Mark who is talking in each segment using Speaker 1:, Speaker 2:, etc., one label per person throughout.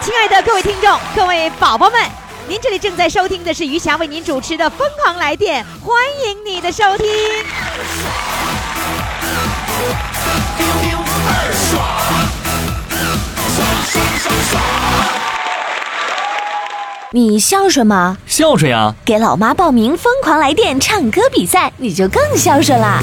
Speaker 1: 亲爱的各位听众，各位宝宝们，您这里正在收听的是余霞为您主持的《疯狂来电》，欢迎你的收听。
Speaker 2: 你孝顺吗？
Speaker 3: 孝顺呀，
Speaker 2: 给老妈报名疯狂来电唱歌比赛，你就更孝顺啦！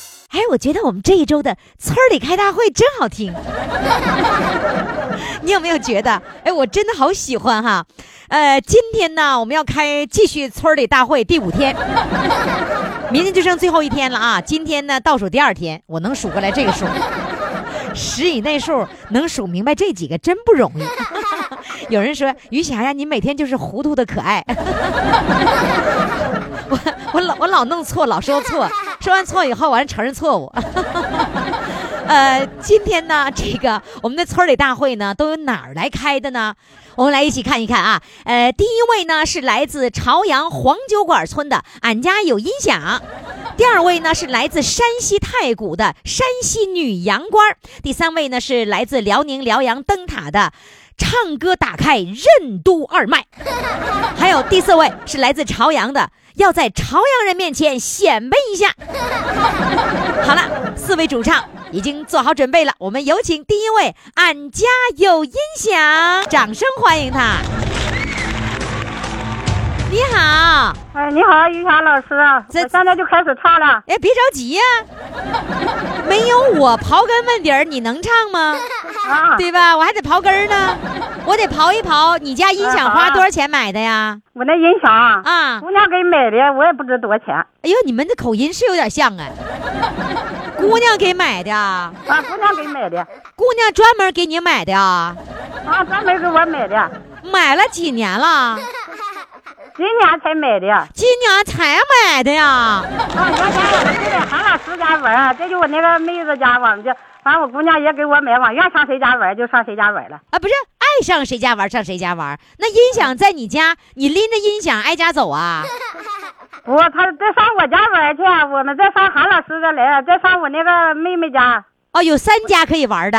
Speaker 1: 哎，我觉得我们这一周的村儿里开大会真好听。 你有没有觉得？哎，我真的好喜欢哈。呃，今天呢，我们要开继续村儿里大会第五天，明天就剩最后一天了啊。今天呢，倒数第二天，我能数过来这个数，十以内数能数明白这几个真不容易。有人说于霞呀，你每天就是糊涂的可爱。我 我老我老弄错，老说错，说完错以后，完承认错误。 呃，今天呢，这个我们的村里大会呢，都由哪儿来开的呢？我们来一起看一看啊。呃，第一位呢是来自朝阳黄酒馆村的，俺家有音响。第二位呢是来自山西太谷的山西女羊倌儿。第三位呢是来自辽宁辽阳灯塔的。唱歌打开任督二脉，还有第四位是来自朝阳的，要在朝阳人面前显摆一下。好了，四位主唱已经做好准备了，我们有请第一位，俺家有音响，掌声欢迎他。你好，
Speaker 4: 哎，你好，于霞老师，啊
Speaker 1: 这
Speaker 4: 我现在就开始 唱了。
Speaker 1: 哎，别着急呀、没有我刨根问底儿，你能唱吗？
Speaker 4: 啊，
Speaker 1: 对吧？我还得刨根儿呢，我得刨一刨。你家音响花
Speaker 4: 啊
Speaker 1: 多少钱买的呀？
Speaker 4: 我那音响啊，
Speaker 1: 啊，
Speaker 4: 姑娘给买的，我也不知多少钱啊
Speaker 1: 哎呦，你们的口音是有点像哎。 姑娘给买的啊，
Speaker 4: 啊，姑娘给买的
Speaker 1: 姑娘专门给你买的啊，
Speaker 4: 啊，专门给我买的，
Speaker 1: 买了几年了？
Speaker 4: 今年才买的啊。
Speaker 1: 今年才买的呀？
Speaker 4: 原前我是在韩老师家玩，这就我那个妹子家玩去，完我姑娘也给我买，往愿上谁家玩就上谁家玩了。
Speaker 1: 啊，不是，爱上谁家玩上谁家玩。那音响在你家，你拎着音响挨家走啊？
Speaker 4: 不，她再上我家玩去，我们再上韩老师这来，再上我那个妹妹家。
Speaker 1: 哦，有三家可以玩的。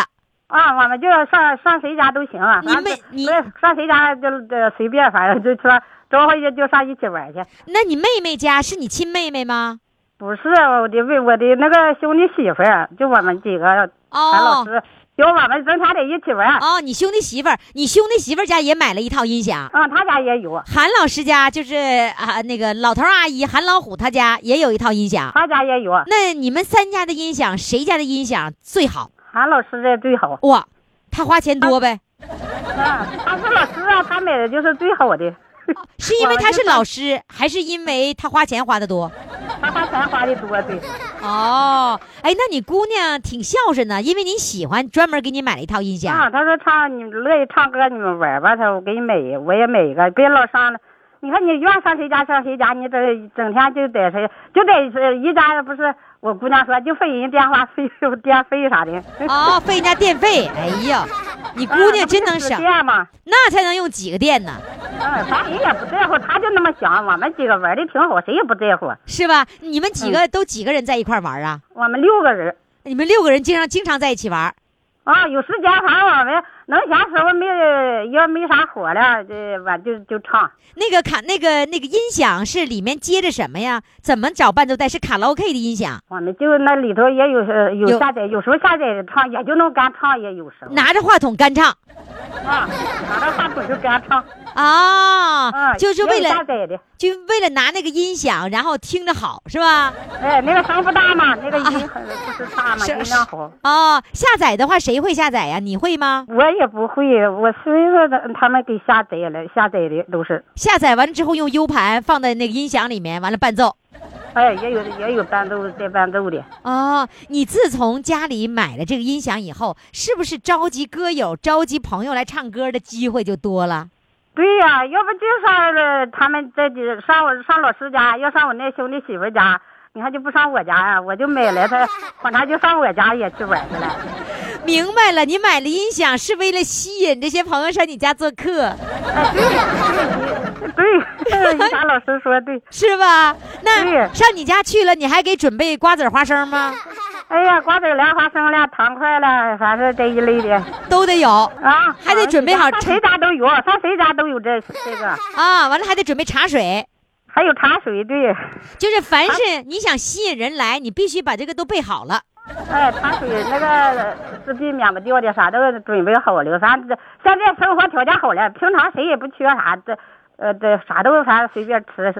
Speaker 4: 啊，我们就上上谁家都行啊，
Speaker 1: 你
Speaker 4: 反
Speaker 1: 妹
Speaker 4: 正不
Speaker 1: 你
Speaker 4: 不是上谁家就呃随便，反正就说周回去就上一起玩去。
Speaker 1: 那你妹妹家是你亲妹妹吗？
Speaker 4: 不是啊我的为我的那个兄弟媳妇儿，就我们几个韩老
Speaker 1: 哦
Speaker 4: 师，啊有我们咱俩得一起玩。啊、
Speaker 1: 哦，你兄弟媳妇儿，你兄弟媳妇儿家也买了一套音响。
Speaker 4: 嗯他家也有，
Speaker 1: 韩老师家就是啊，那个老头儿阿姨韩老虎他家也有一套音响。
Speaker 4: 他家也有，
Speaker 1: 那你们三家的音响，谁家的音响最好？
Speaker 4: 韩老师的最好。
Speaker 1: 哇，他花钱多呗，
Speaker 4: 啊，他是老师啊，他买的就是最好的，
Speaker 1: 是因为他是老师，还是因为他花钱花的多？
Speaker 4: 他花钱花的多，对。
Speaker 1: 哦，哎，那你姑娘挺孝顺的，因为你喜欢，专门给你买了一套音响。
Speaker 4: 啊，他说唱你们乐意唱歌，你们玩吧。他说我给你买一个，我也买一个，别老上了。你看你愿上谁家上谁家，你这整天就在谁就在是一家不是我姑娘说就费人电话 费电费啥的。
Speaker 1: 哦，费人家电费，哎呀，你姑娘真能省，
Speaker 4: 电嘛，
Speaker 1: 那才能用几个电呢，
Speaker 4: 嗯，咱人也不在乎，他就那么想。我们几个玩的挺好，谁也不在乎。
Speaker 1: 是吧？你们几个都几个人在一块儿玩啊？
Speaker 4: 我们六个人
Speaker 1: 你们六个人经常经常在一起玩，
Speaker 4: 啊，有时间反正我们能啥时候没要没啥火了，这完就就唱。
Speaker 1: 那个卡那个那个音响是里面接着什么呀？怎么找伴奏带？是卡拉 OK 的音响，
Speaker 4: 我们就啊那里头也有呃有
Speaker 1: 有
Speaker 4: 下载，有时候下载唱，也就能干唱，也有时候
Speaker 1: 拿着话筒干唱
Speaker 4: 啊，拿着话筒就干唱
Speaker 1: 啊，
Speaker 4: 啊，
Speaker 1: 就是
Speaker 4: 也
Speaker 1: 为
Speaker 4: 有下
Speaker 1: 了
Speaker 4: 载的。
Speaker 1: 就为了拿那个音响，然后听着好是吧？
Speaker 4: 哎，那个声不大嘛，那个音很不是大
Speaker 1: 啊
Speaker 4: 嘛，
Speaker 1: 是
Speaker 4: 音量好。
Speaker 1: 哦，下载的话谁会下载呀？你会吗？
Speaker 4: 我也不会，我孙子的他们给下载了，下载的都是，
Speaker 1: 下载完之后用 U 盘放在那个音响里面，完了伴奏。
Speaker 4: 哎，也有的也有伴奏带伴奏的，
Speaker 1: 哦，你自从家里买了这个音响以后，是不是召集歌友、召集朋友来唱歌的机会就多了？
Speaker 4: 对呀、要不就上了他们这几上我上老师家，要上我那兄弟媳妇家，你看就不上我家呀、我就买来他，晚上就上我家也去玩去了。
Speaker 1: 明白了，你买了音响是为了吸引这些朋友上你家做客，
Speaker 4: 对，于霞嗯老师说对。
Speaker 1: 是吧？那
Speaker 4: 对
Speaker 1: 上你家去了，你还给准备瓜子儿花生吗？
Speaker 4: 哎呀，瓜子儿了、花生了、糖块了，反正这一类的
Speaker 1: 都得有
Speaker 4: 啊，
Speaker 1: 还得准备好
Speaker 4: 上谁家都有，上谁家都有这这个，
Speaker 1: 啊！完了还得准备茶水，
Speaker 4: 还有茶水对，
Speaker 1: 就是凡
Speaker 4: 啊
Speaker 1: 是你想吸引人来，你必须把这个都备好了。
Speaker 4: 哎，茶水那个是避免不掉的，啥都准备好了。咱这现在生活条件好了，平常谁也不缺啥，这呃这啥都啥随便吃。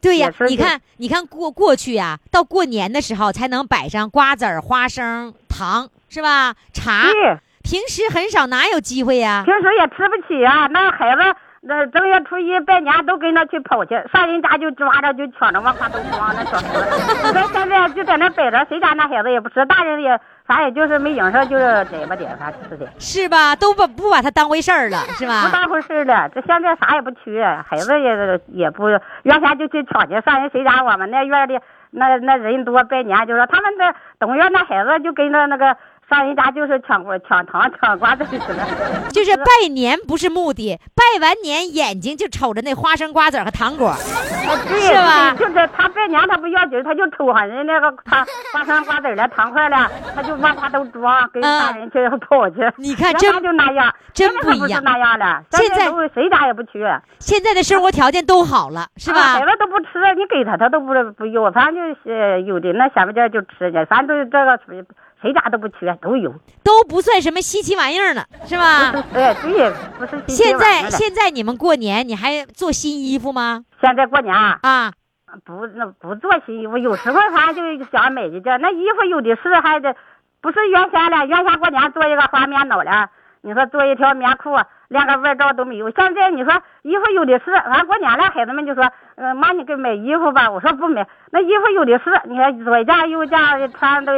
Speaker 1: 对呀
Speaker 4: 也，是
Speaker 1: 你看，你看过过去呀、到过年的时候才能摆上瓜子儿、花生、糖，是吧？茶，
Speaker 4: 对，
Speaker 1: 平时很少，哪有机会呀、
Speaker 4: 平时也吃不起啊，那孩子。那正月初一拜年都跟那去跑去，上人家就抓着就抢着往花兜光那小孩子。那现在就在那摆着，谁家那孩子也不吃，大人也反正也就是没影上就是逮吧逮吧吃的，
Speaker 1: 是吧？都把不把它当回事儿了，是
Speaker 4: 嗯不
Speaker 1: 吧？
Speaker 4: 当回事儿了。这现在啥也不缺，孩子也也不原先就去抢去，上人谁家我们那院儿的那那人多拜年就说他们那东院那孩子就跟着那个上人家就是抢瓜抢糖抢瓜子去了。
Speaker 1: 就是拜年不是目的，拜完年眼睛就瞅着那花生、瓜子儿和糖果，是吧？
Speaker 4: 就是他拜年他不要紧，他就瞅上人那个他 花生瓜子儿了糖块了，他就往花兜装，跟大人去跑去。
Speaker 1: 啊你看
Speaker 4: 原
Speaker 1: 真
Speaker 4: 来就那样，
Speaker 1: 真
Speaker 4: 现在
Speaker 1: 不
Speaker 4: 可
Speaker 1: 一样
Speaker 4: 是那样了。
Speaker 1: 现在
Speaker 4: 都谁家也不去，
Speaker 1: 现在的生活条件都好了，是
Speaker 4: 啊
Speaker 1: 吧
Speaker 4: 孩？子都不吃，你给他他都不不要，呃反正就是呃有的那显不见就吃去，反正都是这个谁谁家都不缺，都有。
Speaker 1: 都不算什么稀奇玩意儿呢，是吧？
Speaker 4: 哎，对，不是稀奇
Speaker 1: 现
Speaker 4: 玩意
Speaker 1: 在
Speaker 4: 儿了
Speaker 1: 现在你们过年，你还做新衣服吗？
Speaker 4: 现在过年啊。
Speaker 1: 啊，
Speaker 4: 不那不做新衣服，有时候他就想买一件，那衣服有的是，还得不是原先了，原先过年做一个花棉袄了，你说做一条棉裤，啊连个外罩都没有。现在你说衣服有的是，完过年了，孩子们就说，嗯、妈你给买衣服吧，我说不买，那衣服有的是，你看左一件右一件穿的。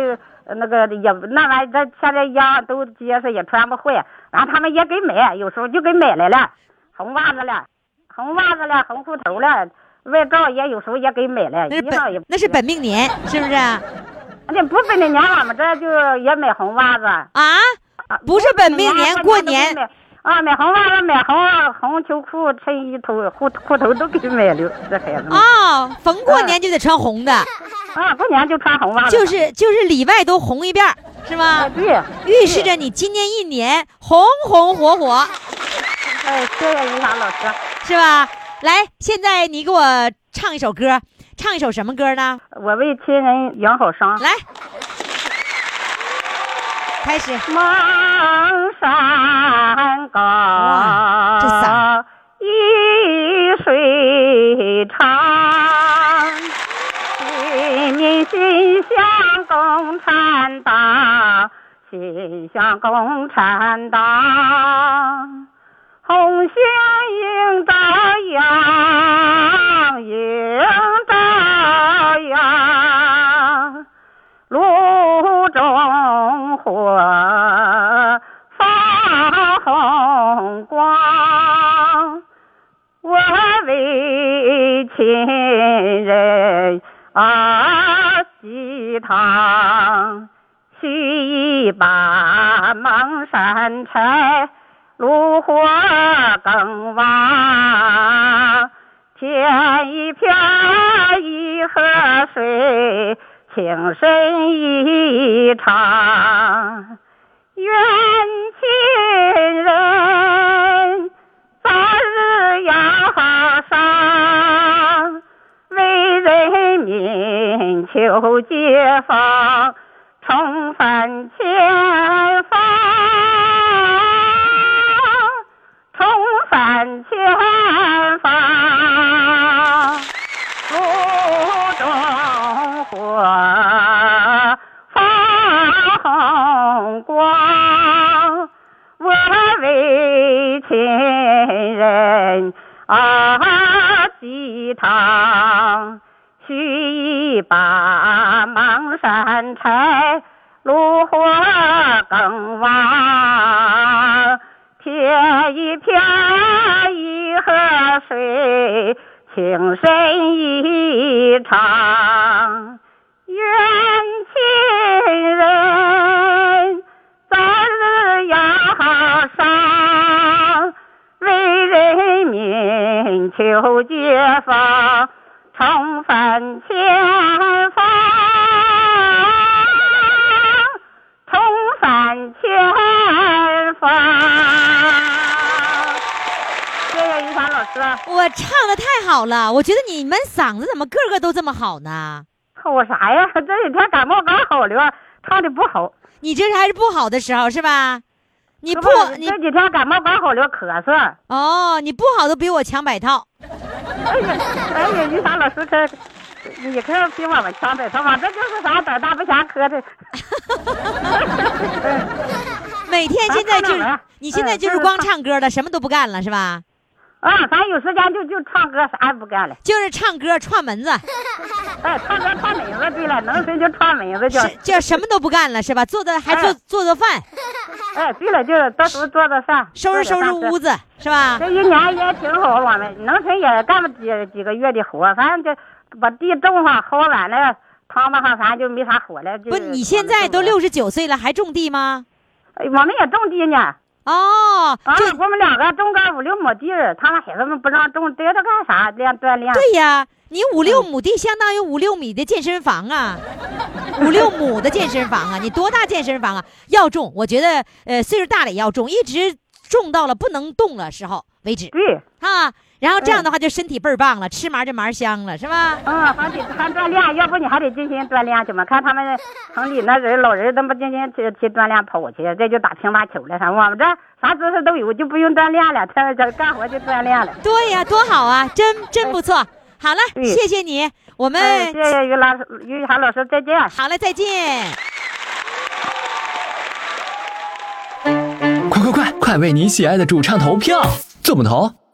Speaker 4: 呃那个也那玩意儿，这现在腰都结实，也穿不坏。然后他们也给买，有时候就给买来了，红袜子了，红袜子了，红裤头了，外罩也有时候也给买了，
Speaker 1: 那
Speaker 4: 衣
Speaker 1: 是
Speaker 4: 裳啊也
Speaker 1: 本那是本命年，是不是啊？
Speaker 4: 那不本命年我们这就也买红袜子，
Speaker 1: 啊
Speaker 4: 啊
Speaker 1: 不是本命年过
Speaker 4: 年
Speaker 1: 年
Speaker 4: 都给买啊，买红袜子，买红红秋裤、衬衣头、裤裤头都给买了，这孩子们
Speaker 1: 哦，逢过年就得穿红的，
Speaker 4: 啊，过年就穿红袜子，
Speaker 1: 就是就是里外都红一遍儿，是
Speaker 4: 啊，
Speaker 1: 吗？
Speaker 4: 对，
Speaker 1: 预示着你今年一年红红火火，
Speaker 4: 哎，谢谢于霞老师，
Speaker 1: 是吧？来，现在你给我唱一首歌，唱一首什么歌呢？
Speaker 4: 我为亲人养好伤。
Speaker 1: 来，开始。
Speaker 4: 望
Speaker 1: 哇
Speaker 4: 山高，
Speaker 1: 这嗓
Speaker 4: 一水长，为民心向共产党，心向共产党。红星映朝阳，映朝阳。炉中火，发红光。我为亲人啊，喜堂，须一把芒山柴，炉火更旺。添一瓢一河水，情深意长。愿
Speaker 5: 亲人，早日要上，为人民求解放，重返前方，重返前方。路中火，放光，我为亲人啊鸡汤，须一把芒山柴，炉火更旺。撇一撇一河水，情深意长。愿亲人早日要上，为人民求解放，重返前方，重返前方。谢谢于凡老师，啊
Speaker 1: 我唱的太好了，我觉得你们嗓子怎么个个都这么好呢？
Speaker 5: 吼啥呀？ 这几天感冒刚好了，唱的不好。
Speaker 1: 你这还是不好的时候是吧？你不
Speaker 5: 这
Speaker 1: 你
Speaker 5: 这几天感冒刚好了，咳嗽。
Speaker 1: 哦，你不好都比我强百套。
Speaker 5: 哎呀，哎呀，于凡老师这，你可比我们强得多嘛？这就是啥胆大不瞎磕的。
Speaker 1: 每天现在就
Speaker 5: 咱唱哪儿
Speaker 1: 是
Speaker 5: 啊
Speaker 1: 你现在
Speaker 5: 嗯
Speaker 1: 就是
Speaker 5: 就是
Speaker 1: 光
Speaker 5: 唱
Speaker 1: 唱歌了，什么都不干了是吧？
Speaker 5: 啊，咱有时间就就唱歌，啥也不干了。
Speaker 1: 就是唱歌串门子，
Speaker 5: 哎，唱歌串门子。对了，能睡就串门子，就是
Speaker 1: 这什么都不干了是吧？做的还做
Speaker 5: 哎
Speaker 1: 做做饭，
Speaker 5: 哎，对了，就是多多做做饭，
Speaker 1: 收拾收拾
Speaker 5: 做做饭
Speaker 1: 屋。子是吧？
Speaker 5: 这一年也挺好，我们农村也干不几几个月的活，反正这把地种上薅完了，趟吧上啥就没啥活了。就
Speaker 1: 不，你现在都六，十九岁了，还种地吗？
Speaker 5: 哎我们也种地呢。
Speaker 1: 哦，
Speaker 5: 啊
Speaker 1: 就，
Speaker 5: 我们两个种个五六亩地儿，他们孩子们不让种，逮着干啥？练锻炼。
Speaker 1: 对呀，你五六
Speaker 5: 嗯
Speaker 1: 亩地相当于五六米的健身房啊，五六亩的健身房啊，你多大健身房啊？要种，我觉得呃岁数大了也要种，一直种到了不能动了时候为止
Speaker 5: 对，
Speaker 1: 啊。然后这样的话就身体倍儿棒了，吃嘛就嘛香了，是吧？
Speaker 5: 啊，还得还锻炼，要不你还得进行锻炼去嘛。看他们城里那人老人都不进行去去锻炼跑去，这就打乒乓球了啥。我们这啥姿势都有，就不用锻炼了，天天干活就锻炼了。
Speaker 1: 对呀，多好啊，真真不错。好了，
Speaker 5: 对
Speaker 1: 谢嗯谢你，我
Speaker 5: 哎，
Speaker 1: 们
Speaker 5: 嗯谢谢于老师，于涵老师，再见。
Speaker 1: 好了，再见。
Speaker 3: 快快快，快为你喜爱的主唱投票！怎么投？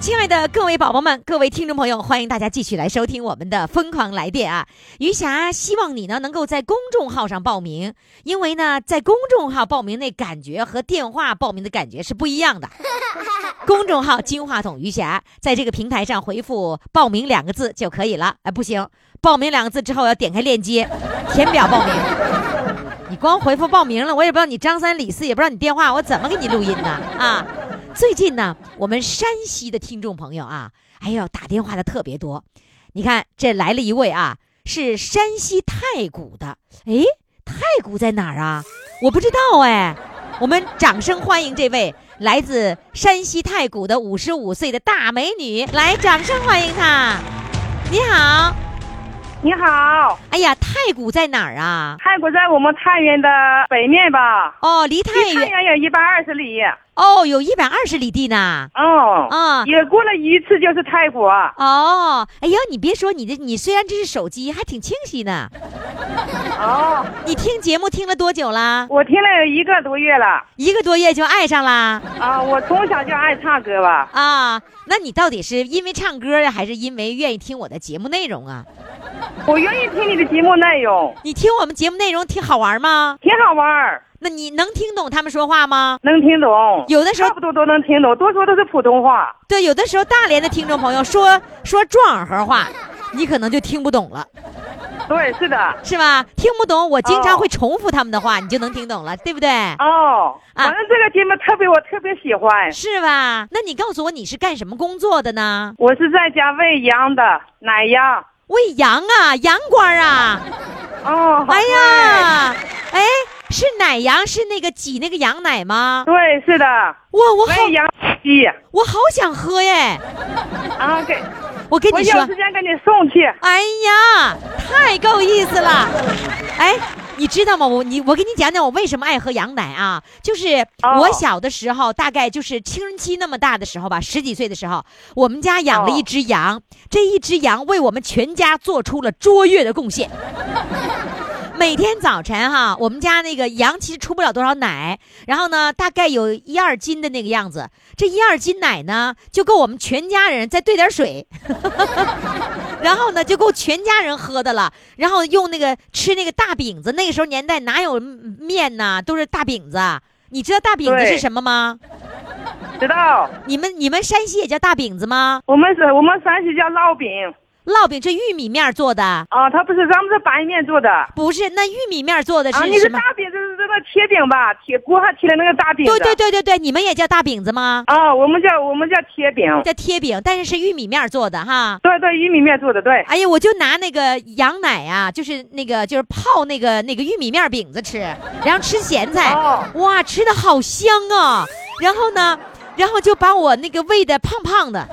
Speaker 1: 亲爱的各位宝宝们，各位听众朋友，欢迎大家继续来收听我们的《疯狂来电》啊！余霞希望你呢能够在公众号上报名，因为呢在公众号报名那感觉和电话报名的感觉是不一样的。公众号“金话筒余霞”在这个平台上回复“报名”两个字就可以了。哎，不行，报名两个字之后要点开链接，填表报名。你光回复报名了，我也不知道你张三李四，也不知道你电话，我怎么给你录音呢？啊，最近呢，我们山西的听众朋友啊，哎呦，打电话的特别多。你看，这来了一位啊，是山西太谷的。哎，太谷在哪儿啊？我不知道哎。我们掌声欢迎这位来自山西太谷的五十五岁的大美女，来，掌声欢迎她。你好，
Speaker 6: 你好，
Speaker 1: 哎呀，太谷在哪儿啊？
Speaker 6: 泰国在我们太原的北面吧？
Speaker 1: 哦，离太
Speaker 6: 离太
Speaker 1: 原
Speaker 6: 原有一百二十里。
Speaker 1: 哦，有一百二十里地呢。
Speaker 6: 嗯，
Speaker 1: 啊、
Speaker 6: 也过了一次就是泰国。
Speaker 1: 哦，哎呀，你别说，你的你虽然这是手机，还挺清晰呢。
Speaker 6: 哦，
Speaker 1: 你听节目听了多久啦？
Speaker 6: 我听了有一个多月了
Speaker 1: 一个多月就爱上啦？
Speaker 6: 啊！我从小就爱唱歌吧，
Speaker 1: 啊，那你到底是因为唱歌啊呀，还是因为愿意听我的节目内容啊？
Speaker 6: 我愿意听你的节目内容，
Speaker 1: 你听我们节目内容挺好玩吗？
Speaker 6: 挺好玩儿，
Speaker 1: 那你能听懂他们说话吗？
Speaker 6: 能听懂，
Speaker 1: 有的时候
Speaker 6: 差不多都能听懂，多说都是普通话。
Speaker 1: 对，有的时候大连的听众朋友说说壮儿和话，你可能就听不懂了。
Speaker 7: 对，是的。
Speaker 1: 是吧？听不懂，我经常会重复他们的话，你就能听懂了，对不对？
Speaker 7: 哦，
Speaker 1: 啊
Speaker 7: 反正这个节目特别，我特别喜欢。
Speaker 1: 是吧？那你告诉我你是干什么工作的呢？
Speaker 7: 我是在家喂羊的奶羊。
Speaker 1: 喂羊啊，羊倌啊！
Speaker 7: 哦，
Speaker 1: 哎呀，哎，是奶羊，是那个挤那个羊奶吗？
Speaker 7: 对，是的，
Speaker 1: 哇，我好，
Speaker 7: 喂羊鸡
Speaker 1: 我好想喝耶！
Speaker 7: 啊，给
Speaker 1: 我跟
Speaker 7: 我
Speaker 1: 你说
Speaker 7: 有，时间给你送去。
Speaker 1: 哎呀，太够意思了！哎，你知道吗？我你我给你讲讲我为什么爱喝羊奶啊？就是
Speaker 7: 哦
Speaker 1: 我小的时候，大概就是青春期那么大的时候吧，十几岁的时候，我们家养了一只羊，这一只羊为我们全家做出了卓越的贡献。 每天早晨哈，我们家那个羊其实出不了多少奶，然后呢，大概有一二斤的那个样子。这一二斤奶呢，就够我们全家人再兑点水，然后呢，就够全家人喝的了。然后用那个吃那个大饼子，那个时候年代哪有嗯面呐，都是大饼子。啊你知道大饼子
Speaker 7: 对
Speaker 1: 是什么吗？
Speaker 7: 知道，
Speaker 1: 你们你们山西也叫大饼子吗？
Speaker 7: 我们是我们山西叫烙饼
Speaker 1: 烙饼是玉米面儿做的，
Speaker 7: 啊，它不是咱们是白面做的啊，
Speaker 1: 不是那玉米面儿做的是
Speaker 7: 你
Speaker 1: 什
Speaker 7: 是
Speaker 1: 么？
Speaker 7: 啊大饼，就是这个铁饼吧，铁锅上贴的那个大饼子。
Speaker 1: 对对对对对，你们也叫大饼子吗？
Speaker 7: 啊，我们叫我们叫贴饼，
Speaker 1: 叫贴饼，但是是玉米面儿做的哈。
Speaker 7: 对对，玉米面做的，对。
Speaker 1: 哎呀，我就拿那个羊奶啊，就是那个就是泡那个那个玉米面儿饼子吃，然后吃咸菜，
Speaker 7: 哦
Speaker 1: 哇，吃的好香啊！然后呢，然后就把我那个喂的胖胖的，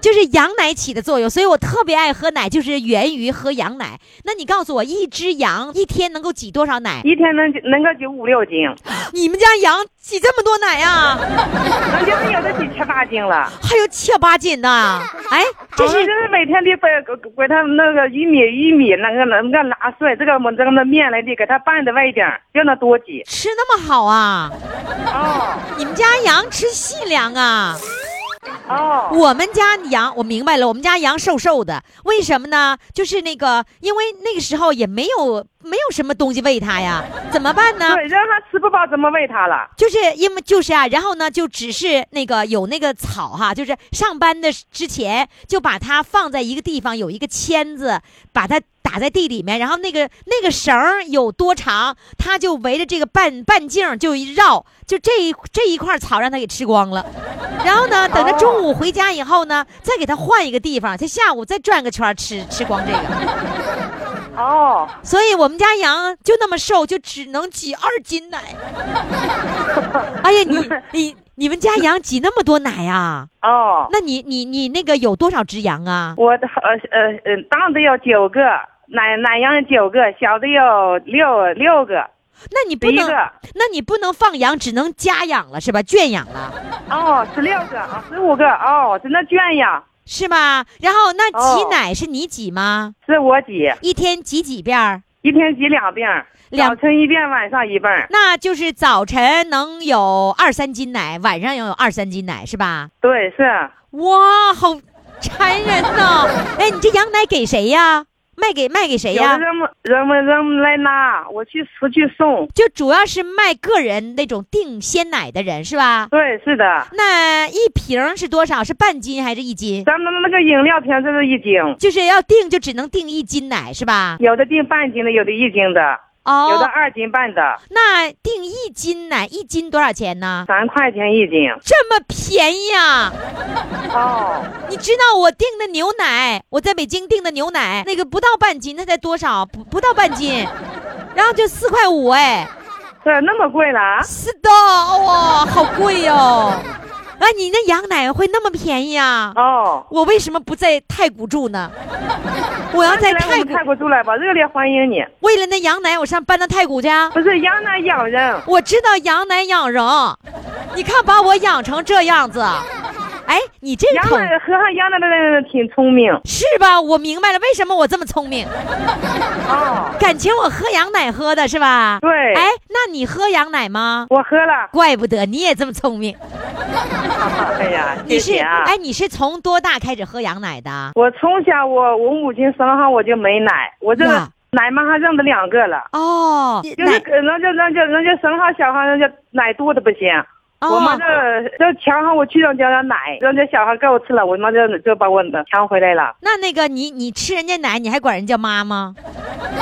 Speaker 1: 就是羊奶起的作用，所以我特别爱喝奶，就是源于喝羊奶。那你告诉我，一只羊一天能够挤多少奶？啊
Speaker 7: 一天能能够挤五六
Speaker 1: 哎
Speaker 7: 斤，
Speaker 1: 你们家羊挤这么多奶啊？
Speaker 7: 那就是有的挤七八斤了。
Speaker 1: 还有切八斤呢？哎，这
Speaker 7: 我们
Speaker 1: 是
Speaker 7: 就是每天得把给给他那个玉米玉米那个那个拿碎，这个我们这个那面来的给他拌的外点儿，让他多挤。
Speaker 1: 吃那么好啊？
Speaker 7: 哦
Speaker 1: 你们家羊吃细粮啊？
Speaker 7: 哦
Speaker 1: 我们家羊，我明白了，我们家羊瘦瘦的，为什么呢？就是那个，因为那个时候也没有没有什么东西喂它呀，怎么办呢？
Speaker 7: 对，让他吃不饱怎么喂他了？
Speaker 1: 就是因为就是啊，然后呢，就只是那个有那个草哈，就是上班的之前就把它放在一个地方，有一个签子，把它打在地里面，然后那个那个绳儿有多长，它就围着这个半半径儿就一绕，就这一这一块草让它给吃光了。然后呢，等着中午回家以后呢，再给它换一个地方，它下午再转个圈儿吃吃光这个。
Speaker 7: 哦，
Speaker 1: 所以我们家羊就那么瘦，就只能挤二斤 奶。哎呀，你你你们家羊挤那么多奶啊？
Speaker 7: 哦，
Speaker 1: 那你你你那个有多少只羊啊？
Speaker 7: 我的呃呃呃，大的有九个，奶奶羊有九个，小的有六六个，
Speaker 1: 那你不
Speaker 7: 十一
Speaker 1: 能，
Speaker 7: 个。
Speaker 1: 那你不能放羊，只能家养了是吧？圈养了
Speaker 7: 哦，十六个啊，十五个哦，真的圈呀，
Speaker 1: 是吧？然后那挤
Speaker 7: 哦
Speaker 1: 奶是你挤吗？
Speaker 7: 是我挤，
Speaker 1: 一天挤几遍儿？
Speaker 7: 一天挤两遍儿，
Speaker 1: 两
Speaker 7: 早晨一遍，晚上一遍儿。
Speaker 1: 那就是早晨能有二三斤奶，晚上要有二三斤奶是吧？
Speaker 7: 对，是
Speaker 1: 哎哇，好馋人
Speaker 7: 啊
Speaker 1: 呐！ 哎，你这羊奶给谁呀？卖给卖给谁
Speaker 7: 有的
Speaker 1: 呀？
Speaker 7: 人们人们人们来拿，我去市区送。
Speaker 1: 就主要是卖个人那种订鲜奶的人是吧？
Speaker 7: 对，是的，
Speaker 1: 那一瓶儿是多少？是半斤还是一斤？
Speaker 7: 咱们那个饮料瓶这是一斤，
Speaker 1: 就是要订就只能订一斤奶是吧？
Speaker 7: 有的订半斤的，有的一斤的，有的
Speaker 1: 哦，
Speaker 7: 二斤半的，
Speaker 1: 那订一斤奶一斤多少钱呢？
Speaker 7: 三块钱一斤。
Speaker 1: 这么便宜啊！
Speaker 7: 哦，
Speaker 1: 你知道我订的牛奶，我在北京订的牛奶，那个不到半斤，那才多少？不不到半斤，然后就四块五哎，
Speaker 7: 这那么贵了啊？
Speaker 1: 是的，哇，好贵哟、啊，你那羊奶会那么便宜啊？
Speaker 7: 哦，
Speaker 1: 我为什么不在太谷住呢？我要在
Speaker 7: 来我
Speaker 1: 太
Speaker 7: 们
Speaker 1: 谷，
Speaker 7: 泰国住来吧，热烈欢迎你。
Speaker 1: 为了那羊奶，我上搬到太谷去啊。
Speaker 7: 不是羊奶养人，
Speaker 1: 我知道羊奶养人，你看把我养成这样子，哎，你这个
Speaker 7: 羊
Speaker 1: 口
Speaker 7: 奶喝上羊奶的人挺聪明。
Speaker 1: 是吧？我明白了，为什么我这么聪明？
Speaker 7: 哦，
Speaker 1: 感情我喝羊奶喝的是吧？
Speaker 7: 对，
Speaker 1: 哎，那你喝羊奶吗？
Speaker 7: 我喝 了。
Speaker 1: 怪不得你也这么聪明。
Speaker 7: 哎呀，
Speaker 1: 你
Speaker 7: 谢
Speaker 1: 是
Speaker 7: 谢啊。
Speaker 1: 哎，你是从多大开始喝羊奶的？
Speaker 7: 我从小我我母亲身上我就没奶，我这
Speaker 1: 呀
Speaker 7: 奶妈还认得两个了。
Speaker 1: 哦，
Speaker 7: 就是
Speaker 1: 奶
Speaker 7: 可能就那就那就生好小孩，那就奶多的不行。我妈
Speaker 1: 哦
Speaker 7: 这这强上我去让家人奶，让这小孩给我吃了，我妈这就把我强回来了，
Speaker 1: 那那个你你吃人家奶，你还管人叫妈 吗？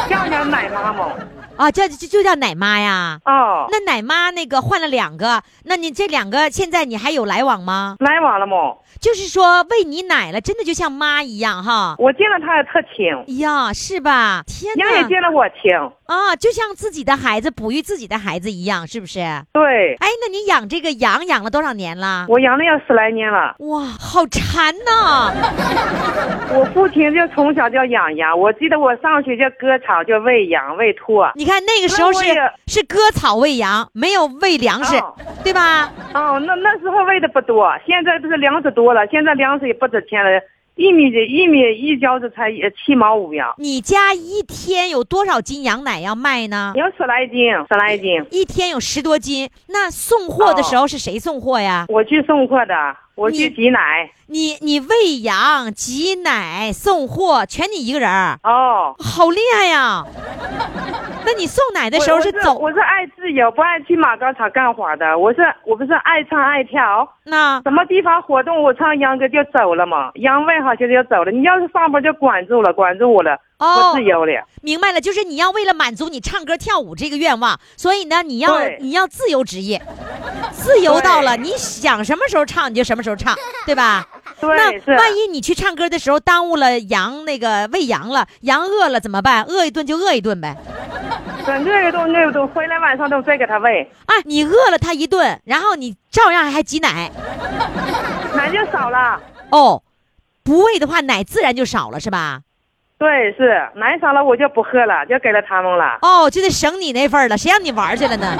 Speaker 7: 叫家奶妈嘛。
Speaker 1: 啊，叫就就叫奶妈呀。
Speaker 7: 啊，
Speaker 1: 那奶妈那个换了两个，那你这两个现在你还有来往吗？
Speaker 7: 来晚了嘛，
Speaker 1: 就是说喂你奶了，真的就像妈一样哈。
Speaker 7: 我见了他也特亲，
Speaker 1: 哎呀，是吧？天
Speaker 7: 人也
Speaker 1: 哪！
Speaker 7: 见了我亲。
Speaker 1: 啊，就像自己的孩子哺育自己的孩子一样，是不是？哎，
Speaker 7: 对，
Speaker 1: 那你养这个羊养了多少年了？
Speaker 7: 我养了要十来年了，
Speaker 1: 哇，好馋呐、
Speaker 7: 我父亲就从小就养羊，我记得我上学就割草就喂羊喂兔。啊
Speaker 1: 你看那个时候
Speaker 7: 那
Speaker 1: 是
Speaker 7: 我也
Speaker 1: 是割草喂羊，没有喂粮食，
Speaker 7: 哦
Speaker 1: 对吧？
Speaker 7: 哦，那那时候喂的不多，现在不是粮食多了，现在粮食也不值钱了，一米一米一角子才也七毛五呀，
Speaker 1: 你家一天有多少斤羊奶要卖呢？
Speaker 7: 有十来斤，十来斤。
Speaker 1: 一天有十多斤，那送货的时候是谁送货呀？
Speaker 7: 我去送货的，我去
Speaker 1: 你
Speaker 7: 挤奶。
Speaker 1: 你你喂羊、挤奶、送货，全你一个人儿，
Speaker 7: 哦，
Speaker 1: 好厉害呀！那你送奶的时候
Speaker 7: 我
Speaker 1: 是
Speaker 7: 我
Speaker 1: 走
Speaker 7: 我是爱自由，不爱去马钢厂干活的。我是我不是爱唱爱跳，
Speaker 1: 那
Speaker 7: 什么地方活动我唱秧歌就走了嘛，秧喂好些就走了。你要是上班就管住了，管住我了，
Speaker 1: 哦
Speaker 7: 我自由了。
Speaker 1: 明白了，就是你要为了满足你唱歌跳舞这个愿望，所以呢，你要
Speaker 7: 对
Speaker 1: 你要自由职业，自由到了
Speaker 7: 对
Speaker 1: 你想什么时候唱你就什么时候唱，对吧？
Speaker 7: 对，是
Speaker 1: 那万一你去唱歌的时候耽误了羊那个喂羊了，羊饿了怎么办？饿一顿就饿一顿呗。
Speaker 7: 整个月都那个都回来晚上都再给他喂，
Speaker 1: 啊，你饿了它一顿，然后你照样还挤奶
Speaker 7: 奶就少了。
Speaker 1: 哦，不喂的话奶自然就少了是吧？
Speaker 7: 对，是奶少了我就不喝了，就给了他们了。
Speaker 1: 哦，就得省你那份儿了，谁让你玩儿去了 呢？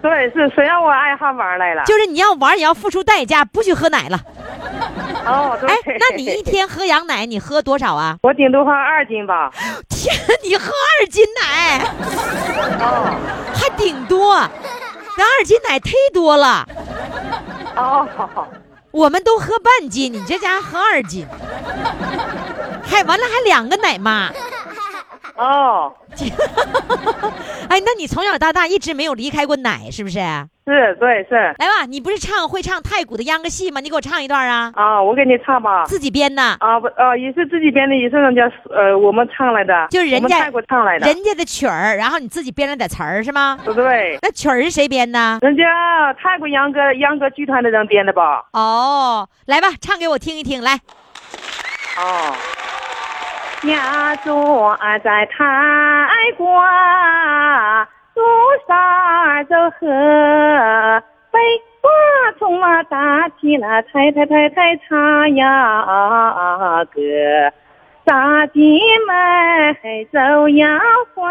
Speaker 7: 对，是谁让我爱好玩来了？
Speaker 1: 就是你要玩儿也要付出代价，不许喝奶了。
Speaker 7: 哦，对。
Speaker 1: 哎，那你一天喝羊奶你喝多少啊？
Speaker 7: 我顶多花二斤吧。
Speaker 1: 天，你喝二斤奶，
Speaker 7: 哦
Speaker 1: 还顶多，那二斤奶忒多了，
Speaker 7: 哦，
Speaker 1: 我们都喝半斤，你这家喝二 斤，还完了还两个奶妈。
Speaker 7: 哦，
Speaker 1: 哎，那你从小到大一直没有离开过奶，是不是？
Speaker 7: 是对是
Speaker 1: 来吧，你不是唱会唱太古的秧歌戏吗？你给我唱一段啊，
Speaker 7: 啊，我给你唱吧
Speaker 1: 自己编的，
Speaker 7: 啊不啊，也是自己编的，也是人家呃我们唱来的，
Speaker 1: 就是人
Speaker 7: 我
Speaker 1: 家
Speaker 7: 们泰国唱来的，
Speaker 1: 人家的曲儿，然后你自己编了点词儿是吗？
Speaker 7: 对不对？
Speaker 1: 那曲儿是谁编的？
Speaker 7: 人家泰国秧歌秧歌剧团的人编的吧？
Speaker 1: 哦，来吧，唱给我听一听，来。
Speaker 7: 哦。家住在泰国，路上走河，北瓜从啊打起了太太太太唱呀歌，大弟妹走呀回，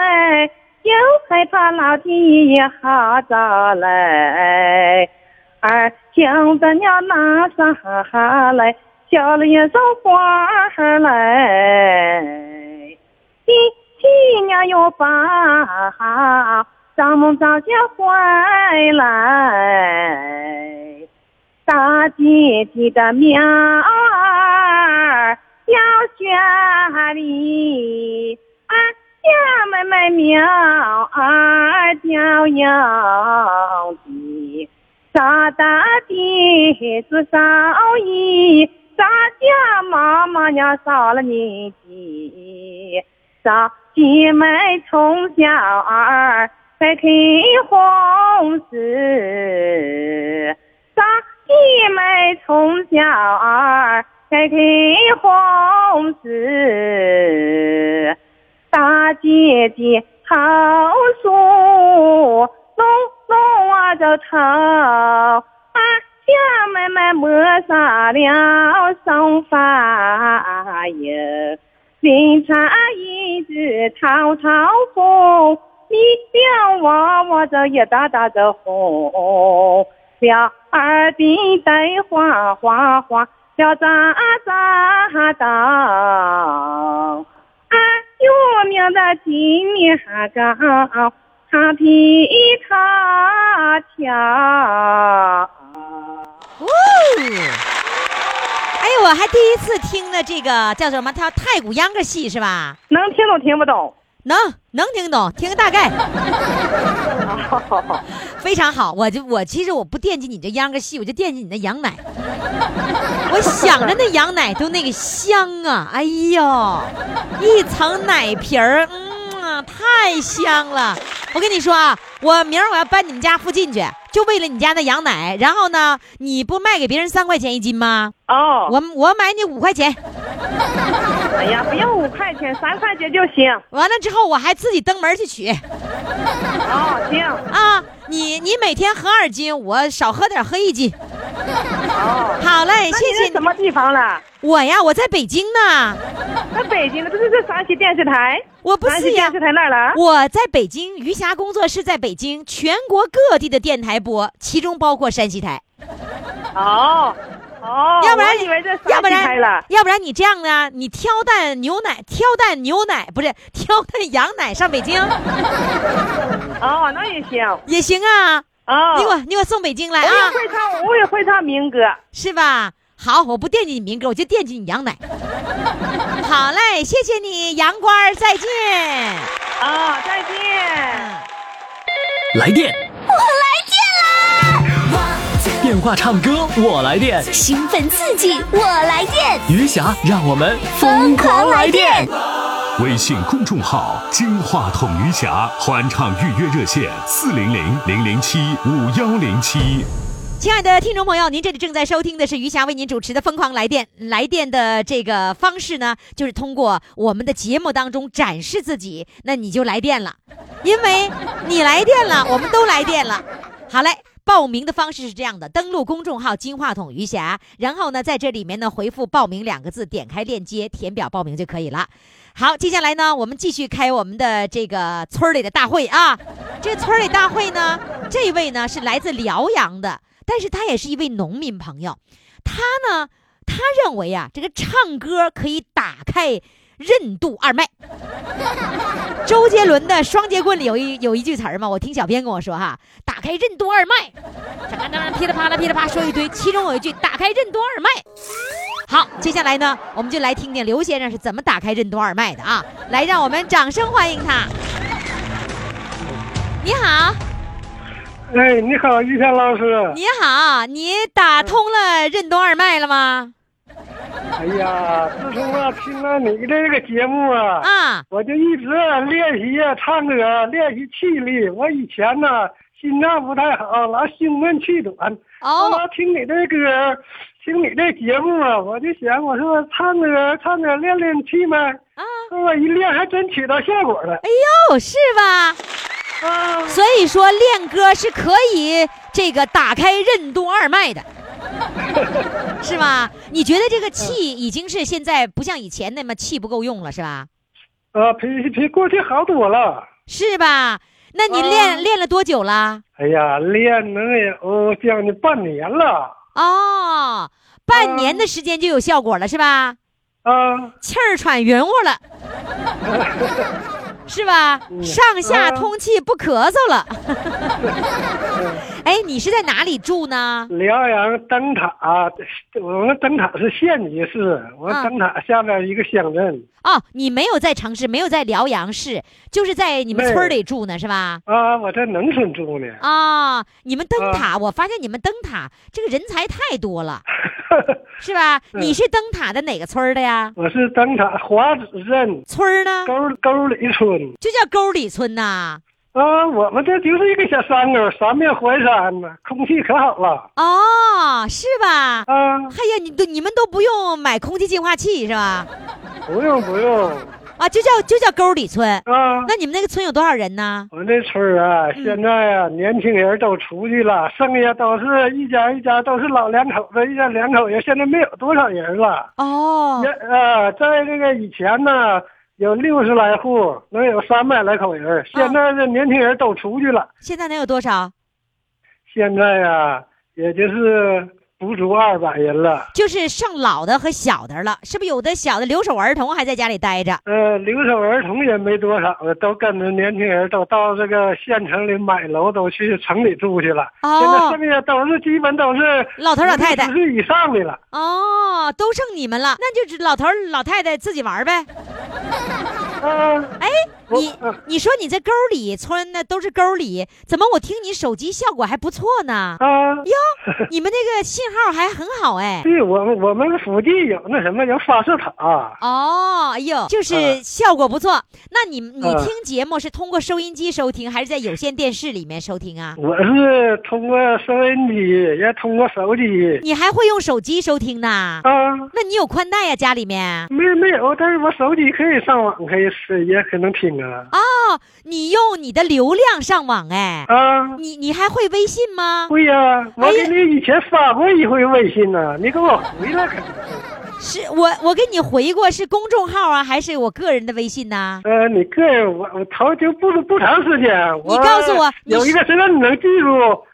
Speaker 7: 又害怕老弟也好早来。儿听咱要拿啥来，叫了一首花儿来。一七年又把咱们早些回来，大姐姐的苗儿要学里，俺家妹妹苗儿叫要的。咱大的是少一，咱家妈妈呀少了年纪，咱姐妹从小儿在开红事，咱姐妹从小儿在开红事。大姐姐好树，弄弄我的头，啊，家妹妹抹上了上发油，人家一直滔滔风，你表我我这一大大的红，表二弟在花花花，表咋咋当。俺有名的金面高，他比他强。
Speaker 1: 哦，哎，我还第一次听了这个叫什么？它叫太古秧歌戏是吧？
Speaker 7: 能听懂听不懂？
Speaker 1: 能能听懂，听个大概。非常好，我就我其实我不惦记你这秧歌戏，我就惦记你那羊奶。我想着那羊奶都那个香啊，哎呦，一层奶皮儿，嗯啊，太香了。我跟你说啊，我明儿我要搬你们家附近去，就为了你家那羊奶。然后呢，你不卖给别人三块钱一斤吗？
Speaker 8: 哦，
Speaker 1: 我我买你五块钱。
Speaker 8: 哎呀，不用五块钱，三块钱就行。
Speaker 1: 完了之后，我还自己登门去取
Speaker 8: 哦，行，
Speaker 1: 啊！你你每天喝二斤，我少喝点，喝一斤。
Speaker 8: 哦。
Speaker 1: 好嘞，
Speaker 8: 那你
Speaker 1: 谢
Speaker 8: 是
Speaker 1: 谢
Speaker 8: 什
Speaker 1: 你。
Speaker 8: 么地方了？
Speaker 1: 我呀，我在北京呢，
Speaker 8: 在北京的，这是这山西电视台。
Speaker 1: 我不
Speaker 8: 山
Speaker 1: 是
Speaker 8: 西
Speaker 1: 呀
Speaker 8: 电视，台那儿了。
Speaker 1: 我在北京余霞工作室在北京，全国各地的电台播，其中包括山西台。
Speaker 8: 哦哦，
Speaker 1: 要不然
Speaker 8: 我以为这
Speaker 1: 要
Speaker 8: 山
Speaker 1: 不
Speaker 8: 西台了
Speaker 1: 然。要不然你这样呢？你挑担牛奶，挑担牛奶不是挑担羊奶上北京
Speaker 8: 哦，那也行。
Speaker 1: 也行啊！
Speaker 8: 哦，
Speaker 1: 你给我你给我送北京来
Speaker 8: 我也
Speaker 1: 啊，
Speaker 8: 会唱，我也会唱民歌。
Speaker 1: 是吧？好，我不惦记你民歌，我就惦记你羊奶。好嘞，谢谢你，杨官儿，再见。
Speaker 8: 啊、再见。
Speaker 3: 来电，我来电啦！电话唱歌，我来电。
Speaker 9: 兴奋刺激，我来电，
Speaker 3: 余霞，让我们
Speaker 9: 疯狂来电！
Speaker 10: 微信公众号“金话筒余霞”欢唱预约热线：四零零零零七五幺零七。
Speaker 1: 亲爱的听众朋友，您这里正在收听的是余霞为您主持的《疯狂来电》。来电的这个方式呢，就是通过我们的节目当中展示自己，那你就来电了，因为你来电了，我们都来电了。好嘞。报名的方式是这样的：登录公众号“金话筒余霞”，然后呢，在这里面呢回复“报名”两个字，点开链接，填表报名就可以了。好，接下来呢，我们继续开我们的这个村儿里的大会啊。这村儿里大会呢，这位呢是来自辽阳的，但是他也是一位农民朋友。他呢，他认为啊，这个唱歌可以打开任督二脉。周杰伦的《双截棍》里有一有一句词儿嘛，我听小编跟我说哈，打开任督二脉，当当当噼里啪啦噼里啪啦说一堆，其中有一句打开任督二脉。好，接下来呢，我们就来听听刘先生是怎么打开任督二脉的啊！来，让我们掌声欢迎他。你好，
Speaker 11: 哎，你好，玉霞老师。
Speaker 1: 你好，你打通了任督二脉了吗？
Speaker 11: 哎呀，自从啊听了你这个节目啊，
Speaker 1: 啊，
Speaker 11: 我就一直练习啊唱歌，练习气力。我以前呢、心脏不太好，老胸闷气短。后
Speaker 1: 哦，
Speaker 11: 来听你这歌，听你这节目啊，我就想，我说唱歌唱歌练练气呗。
Speaker 1: 啊，
Speaker 11: 后来一练还真起到效果了。
Speaker 1: 哦，是吧？
Speaker 11: 啊，
Speaker 1: 所以说练歌是可以这个打开任督二脉的，是吧？你觉得这个气已经是现在不像以前那么气不够用了，是吧？
Speaker 11: 呃，比比过去好多了。
Speaker 1: 是吧？那你练、练了多久了？
Speaker 11: 哎呀，练能有将近半年了。
Speaker 1: 哦，半年的时间就有效果了，是吧？
Speaker 11: 啊。
Speaker 1: 气儿喘匀乎了，是吧？上下通气，不咳嗽了。 哎，你是在哪里住
Speaker 8: 嗯
Speaker 1: 呢？
Speaker 11: 辽阳灯塔，我们灯塔是县级市，我
Speaker 1: 啊
Speaker 11: 们灯塔下面一个乡镇
Speaker 1: 哦，你没有在城市，没有在辽阳市，就是在你们
Speaker 11: 没有
Speaker 1: 村儿里住呢，是吧？
Speaker 11: 啊，我在农村住
Speaker 8: 嗯
Speaker 11: 呢。
Speaker 1: 啊、你们灯塔，我发现你们灯塔这个人才太多了，
Speaker 8: 嗯
Speaker 1: 是吧？你是灯塔的哪个村儿的呀？
Speaker 8: 嗯
Speaker 11: 我是灯塔华子镇
Speaker 1: 村儿呢，
Speaker 11: 沟沟里村
Speaker 1: 就叫沟里村呐、
Speaker 11: 啊，我们这就是一个小山沟，三面环山呢，空气可好了
Speaker 1: 哦，是吧？
Speaker 11: 啊，
Speaker 1: 哎呀，你都你们都不用买空气净化器是吧？
Speaker 11: 不用不用
Speaker 1: 啊，就叫就叫沟里村。
Speaker 11: 啊。
Speaker 1: 那你们那个村有多少人呢？
Speaker 11: 我们这村儿啊，现在啊，年轻人都出去了，剩下都是一家一家都是老两口子，一家两口人，现在没有多少人了。
Speaker 1: 哦
Speaker 11: 也呃，在这个以前呢，有六十来户，能有三百来口人儿。现在这年轻人都出去了，
Speaker 1: 现在能有多少？
Speaker 11: 现在呀、也就是不足二百人了。
Speaker 1: 就是剩老的和小的了，是不是有的小的留守儿童还在家里待着？
Speaker 11: 呃，留守儿童也没多少了，都跟着年轻人都到这个县城里买楼，都去城里住去了。
Speaker 1: 哦
Speaker 11: 现在剩下都是基本都是
Speaker 1: 老头老太太
Speaker 11: 五十以上的了。
Speaker 1: 哦，都剩你们了，那就是老头儿老太太自己玩儿呗。
Speaker 11: 啊，
Speaker 1: 哎，
Speaker 11: 我
Speaker 1: 你你说你这沟里村那都是沟里，怎么我听你手机效果还不错呢？
Speaker 11: 啊，
Speaker 1: 哟，你们那个信号还很好哎。
Speaker 11: 对我们我们附近有那什么有发射塔，
Speaker 1: 哦，哎呦，就是
Speaker 11: 嗯
Speaker 1: 效果不错。那你你
Speaker 11: 嗯
Speaker 1: 听节目是通过收音机收听，还是在有线电视里面收听啊？
Speaker 11: 我是通过收音机，也通过手机
Speaker 1: 你还会用手机收听呢？
Speaker 11: 啊，
Speaker 1: 那你有宽带呀、家里面？
Speaker 11: 没没有，但是我手机可以上网，可以是也可能听啊
Speaker 1: 哦，你用你的流量上网哎。
Speaker 11: 啊。
Speaker 1: 你你还会微信吗？
Speaker 11: 会呀、
Speaker 1: 哎
Speaker 11: 我
Speaker 1: 呀
Speaker 11: 给你以前发过一回微信呢、你给我回了可能。
Speaker 1: 是我我给你回过是公众号啊，还是我个人的微信呢、
Speaker 11: 呃，你个人我我头就不不长时间，
Speaker 1: 你
Speaker 11: 我
Speaker 1: 告诉我你
Speaker 11: 有一个谁让你能记住？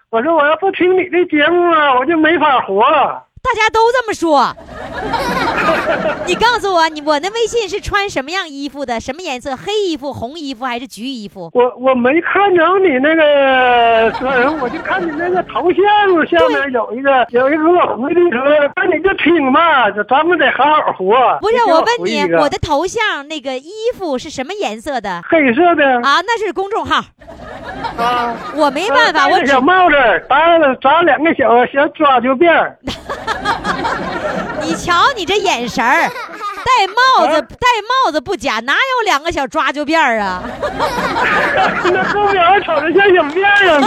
Speaker 11: 我说我要不听你的节目啊，我就没法活了。
Speaker 1: 大家都这么说。 你告诉我，你我那微信是穿什么样衣服的？什么颜色？黑衣服、红衣服还是橘衣服？
Speaker 11: 我我没看着你那个主持人，我就看你那个头像下面有一个有一个给我回的说，那你就听吧，就咱们得好好活。
Speaker 1: 不是
Speaker 11: 就，给
Speaker 1: 我
Speaker 11: 我
Speaker 1: 问你
Speaker 11: 回一，个
Speaker 1: 我的头像那个衣服是什么颜色的？
Speaker 11: 黑色的
Speaker 1: 啊，那是公众号，
Speaker 11: 啊，
Speaker 1: 我没办法，
Speaker 11: 戴
Speaker 1: 我
Speaker 11: 着
Speaker 1: 只
Speaker 11: 小帽子，戴了扎两个小小抓阄辫 儿
Speaker 1: 你瞧你这眼神 儿，戴帽
Speaker 11: 啊
Speaker 1: 子戴帽子不假，哪有两个小抓阄辫儿 啊？
Speaker 11: 那后边还瞅着像小辫儿啊。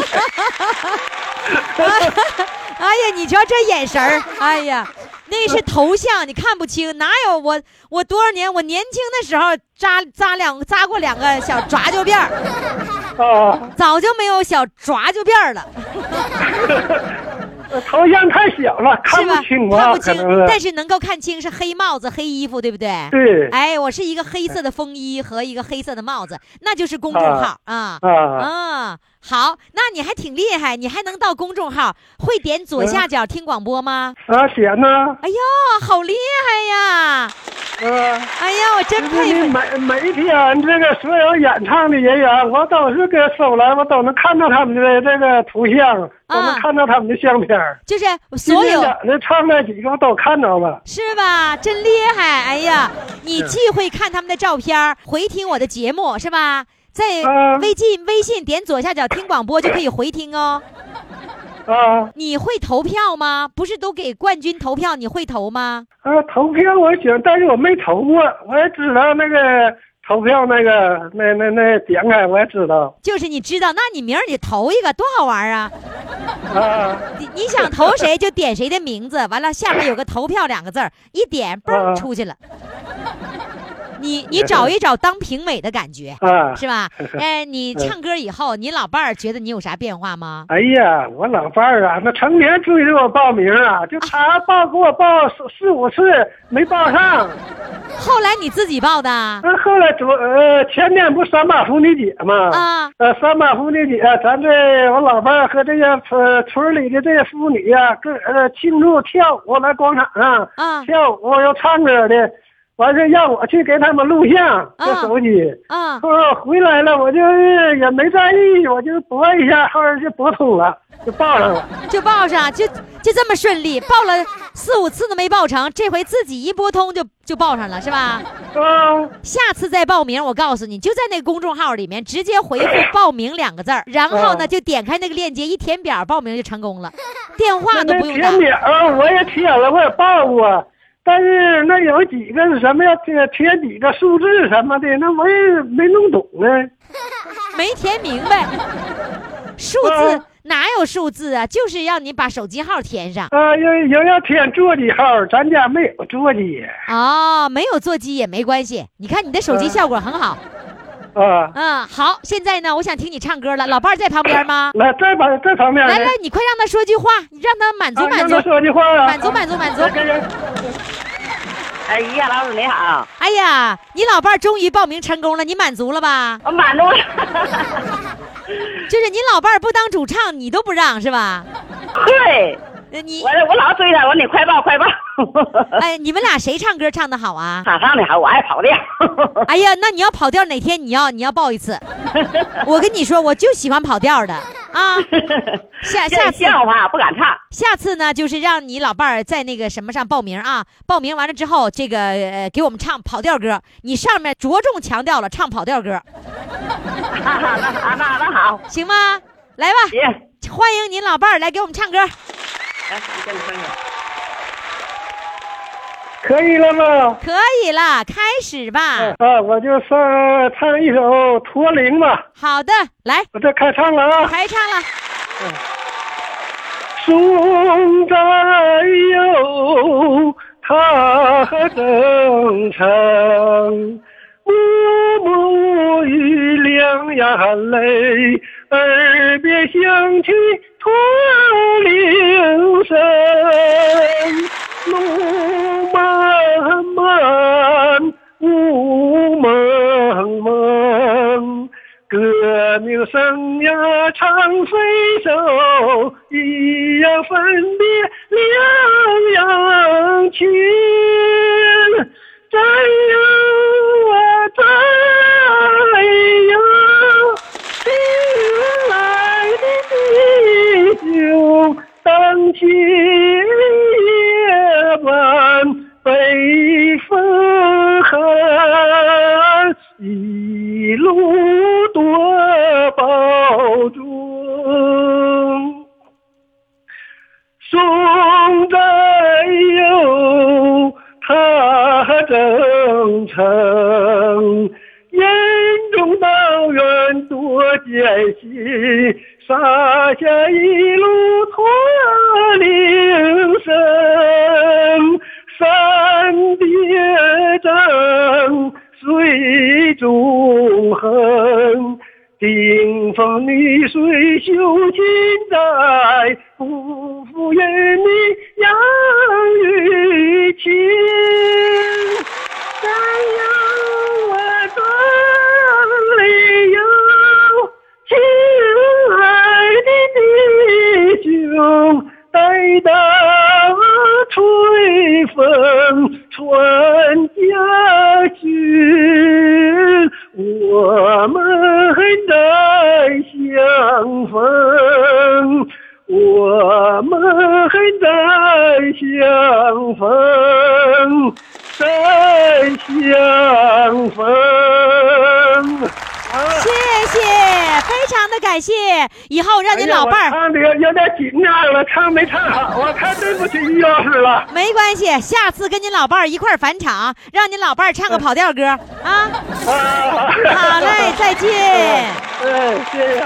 Speaker 1: 哎呀，你瞧这眼神儿，哎呀，那是头像，你看不清，哪有我我多少年我年轻的时候扎扎两扎过两个小抓阄辫儿，
Speaker 11: 啊，
Speaker 1: 早就没有小抓阄辫儿了，
Speaker 11: 头像太小了，看
Speaker 1: 是吧
Speaker 11: 不清？
Speaker 1: 看
Speaker 11: 啊，
Speaker 1: 不
Speaker 11: 可
Speaker 1: 清
Speaker 11: 能，
Speaker 1: 但
Speaker 11: 是。
Speaker 1: 是能够看清是黑帽子、黑衣服，对不对？
Speaker 11: 对
Speaker 1: 哎，我是一个黑色的风衣和一个黑色的帽子，那就是公众号啊
Speaker 11: 啊，
Speaker 1: 啊。好，那你还挺厉害，你还能到公众号，会点左下角听广播吗？
Speaker 11: 啊，姐呢？
Speaker 1: 哎呦，好厉害呀！
Speaker 11: 嗯，
Speaker 1: 哎呀，我真
Speaker 11: 那
Speaker 1: 佩
Speaker 11: 你
Speaker 1: 服。
Speaker 11: 每每天啊这个所有演唱的人员，我都是搁手来，我都能看到他们的这个图像，都能看到他们的相片儿。
Speaker 1: 就是所
Speaker 11: 今天
Speaker 1: 有
Speaker 11: 演的唱那几个我都看着了。
Speaker 1: 是吧？真厉害！哎呀，你既会看他们的照片儿，回听我的节目是吧？在
Speaker 11: 嗯
Speaker 1: 微信微信点左下角听广播就可以回听哦。
Speaker 11: 啊
Speaker 1: 你会投票吗？不是都给冠军投票，你会投吗？
Speaker 11: 啊，投票我选，但是我没投过，我也知道那个投票那个那那那点开我也知道
Speaker 1: 就是你知道，那你明儿你投一个，多好玩啊！
Speaker 11: 啊。
Speaker 1: 你你想投谁就点谁的名字，完了下面有个投票两个字儿，一点
Speaker 11: 嗯
Speaker 1: 嘣出去了。你你找一找当评委的感觉。
Speaker 11: 啊，
Speaker 1: 是吧？哎，你
Speaker 11: 嗯
Speaker 1: 唱歌以后，你老伴儿觉得你有啥变化吗？
Speaker 11: 哎呀，我老伴儿啊，那成天追着我报名啊，就他报给我报四 四五次没报上。
Speaker 1: 后来你自己报 的啊？
Speaker 11: 那后来昨呃前天不三把妇女节嘛，
Speaker 1: 啊
Speaker 11: 呃三把妇女节，咱这我老伴儿和这些村村里的这些妇女啊，跟呃庆祝跳舞来广场上、
Speaker 1: 啊
Speaker 11: 跳舞又唱歌的，完事让我去给他们录像，这
Speaker 1: 啊
Speaker 11: 手机。
Speaker 1: 啊，
Speaker 11: 后来我回来了，我就是呃也没在意，我就拨一下，后来就拨通了，就报上了。
Speaker 1: 就报上，就就这么顺利，报了四五次都没报成，这回自己一拨通就就报上了，是吧？
Speaker 11: 啊
Speaker 1: 下次再报名，我告诉你，就在那个公众号里面直接回复“报名”两个字儿，然后呢
Speaker 11: 啊
Speaker 1: 就点开那个链接，一填表报名就成功了，电话都
Speaker 11: 那
Speaker 1: 不用打
Speaker 11: 填。表啊我也填了，我也报过，啊但是那有几个是什么呀？这个填几个数字什么的，那我也没弄懂呢。
Speaker 1: 没填明白， 数
Speaker 11: 嗯
Speaker 1: 字哪有数字啊？就是让你把手机号填上。
Speaker 11: 啊，人人要填座机号，咱家没有啊座机
Speaker 1: 哦，没有座机也没关系。你看你的手机效果很好。
Speaker 11: 啊。
Speaker 1: 嗯，好，现在呢，我想听你唱歌了。老伴儿在旁边吗？
Speaker 11: 来，这把这方面呢
Speaker 1: 来来，你快让他说句话，你让他满足
Speaker 11: 嗯啊，
Speaker 1: 满
Speaker 11: 让
Speaker 1: 足
Speaker 11: 他，说句话啊。
Speaker 1: 满足满足满足
Speaker 11: 来。跟人
Speaker 7: 哎呀，老师你好，
Speaker 1: 哎呀，你老伴儿终于报名成功了，你满足了吧？
Speaker 7: 我满足 了。
Speaker 1: 就是你老伴儿不当主唱，你都不让是吧？
Speaker 7: 对，
Speaker 1: 呃你
Speaker 7: 我我老追他，我说你快报快 报。
Speaker 1: 哎，你们俩谁唱歌唱得好啊？
Speaker 7: 他上的好，我爱跑调。
Speaker 1: 哎 呀，那你要跑调，哪天你要你要报一次？我跟你说，我就喜欢跑调的 啊，下下次
Speaker 5: 笑话不敢 唱。
Speaker 1: 下次呢，就是让你老伴儿在那个什么上报名啊，报名完了之后，这个呃给我们唱跑调歌。你上面着重强调了唱跑调歌，
Speaker 5: 那那那那好，
Speaker 1: 行吗？来吧，
Speaker 5: 行，来，
Speaker 1: 欢迎您老伴儿来给我们唱歌。
Speaker 5: 你跟你唱歌。
Speaker 8: 可以了吗？
Speaker 1: 可以了，开始吧。
Speaker 8: 啊，我就上唱一首《驼铃》吧，
Speaker 1: 好的，来
Speaker 8: 我这开唱了啊。
Speaker 1: 开唱了。
Speaker 8: 松山有他征程，暮暮雨两眼泪，耳边响起驼铃声，路漫漫，雾蒙蒙。革命生涯唱水手，一样分别两样情。战友啊，战友，迎来的弟兄，当前夜晚北风寒，一路多保重。松山有他征程，眼中道远多艰辛，洒下一路驼铃声，山叠嶂，水中横。顶风逆水修金寨，不负人民养育情。战友啊，战友，亲爱的弟兄，待到春风传家训，我们再相逢，我们再相逢，再相逢。
Speaker 1: 谢谢，非常的感谢。以后让您老伴儿、
Speaker 8: 哎呀我唱的有有点紧张了，唱没唱好啊？太对不起于老师 了。
Speaker 1: 没关系，下次跟您老伴儿一块儿返场，让您老伴儿唱
Speaker 8: 嗯
Speaker 1: 个跑调歌啊。
Speaker 8: 啊
Speaker 1: 好嘞，再见。
Speaker 8: 哎，谢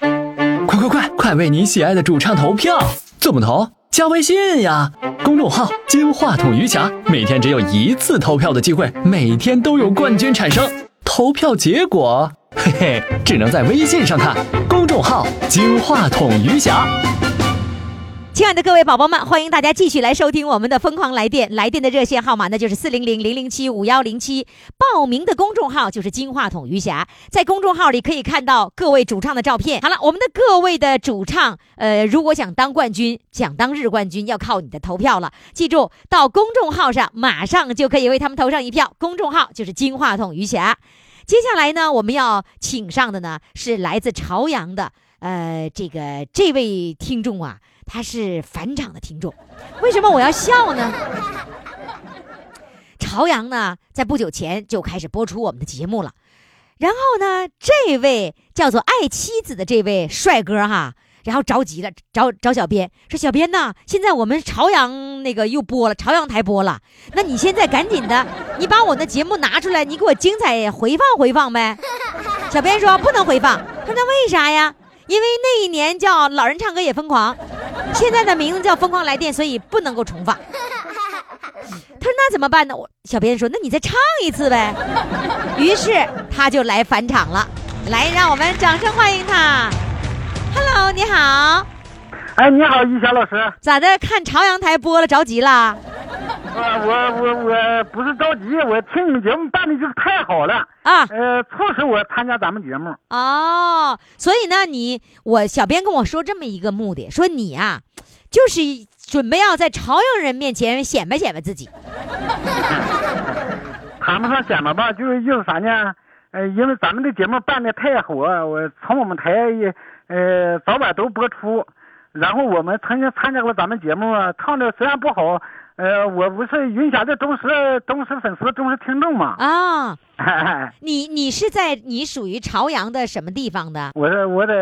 Speaker 8: 谢。
Speaker 3: 快快快，快为你喜爱的主唱投票！怎么投？加微信呀，公众号“金话筒余霞”，每天只有一次投票的机会，每天都有冠军产生。投票结果，嘿嘿，只能在微信上看。公众号“金话筒余霞”。
Speaker 1: 亲爱的各位宝宝们，欢迎大家继续来收听我们的《疯狂来电》，来电的热线号码呢就是四零零零零七五幺零七，报名的公众号就是金话筒余霞，在公众号里可以看到各位主唱的照片。好了，我们的各位的主唱，呃，如果想当冠军，想当日冠军，要靠你的投票了。记住，到公众号上马上就可以为他们投上一票，公众号就是金话筒余霞。接下来呢，我们要请上的呢是来自朝阳的，呃，这个这位听众啊，他是返场的听众。为什么我要笑呢？ 朝阳呢，在不久前就开始播出我们的节目了。然后呢，这位叫做爱妻子的这位帅哥哈，然后着急了，找找小编说：“小编呐，现在我们朝阳那个又播了，朝阳台播了，那你现在赶紧的，你把我的节目拿出来，你给我精彩回放回放呗。”小编说：“不能回放。”他说：“那为啥呀？因为那一年叫《老人唱歌也疯狂》，现在的名字叫《疯狂来电》，所以不能够重放。”他说：“那怎么办呢？”我小编说：“那你再唱一次呗。”于是他就来返场了。来，让我们掌声欢迎他。Hello，你好，
Speaker 8: 哎，你好，于霞老师。
Speaker 1: 咋的？看朝阳台播了，着急了？
Speaker 8: 啊，我我我不是着急，我听你们节目办的就是太好了，
Speaker 1: 啊
Speaker 8: 呃，促使我参加咱们节目。
Speaker 1: 哦，所以呢，你我小编跟我说这么一个目的，说你啊，就是准备要在朝阳人面前显摆显摆自己。
Speaker 8: 谈不上显摆吧，就是意思啥呢？呃，因为咱们的节目办的太火，我从我们台也呃早晚都播出。然后我们曾经参加过咱们节目，啊，唱的虽然不好，呃，我不是云霞的忠实忠实粉丝、忠实听众嘛。
Speaker 1: 啊，
Speaker 8: 哎，
Speaker 1: 你你是在你属于朝阳的什么地方的？
Speaker 8: 我是我得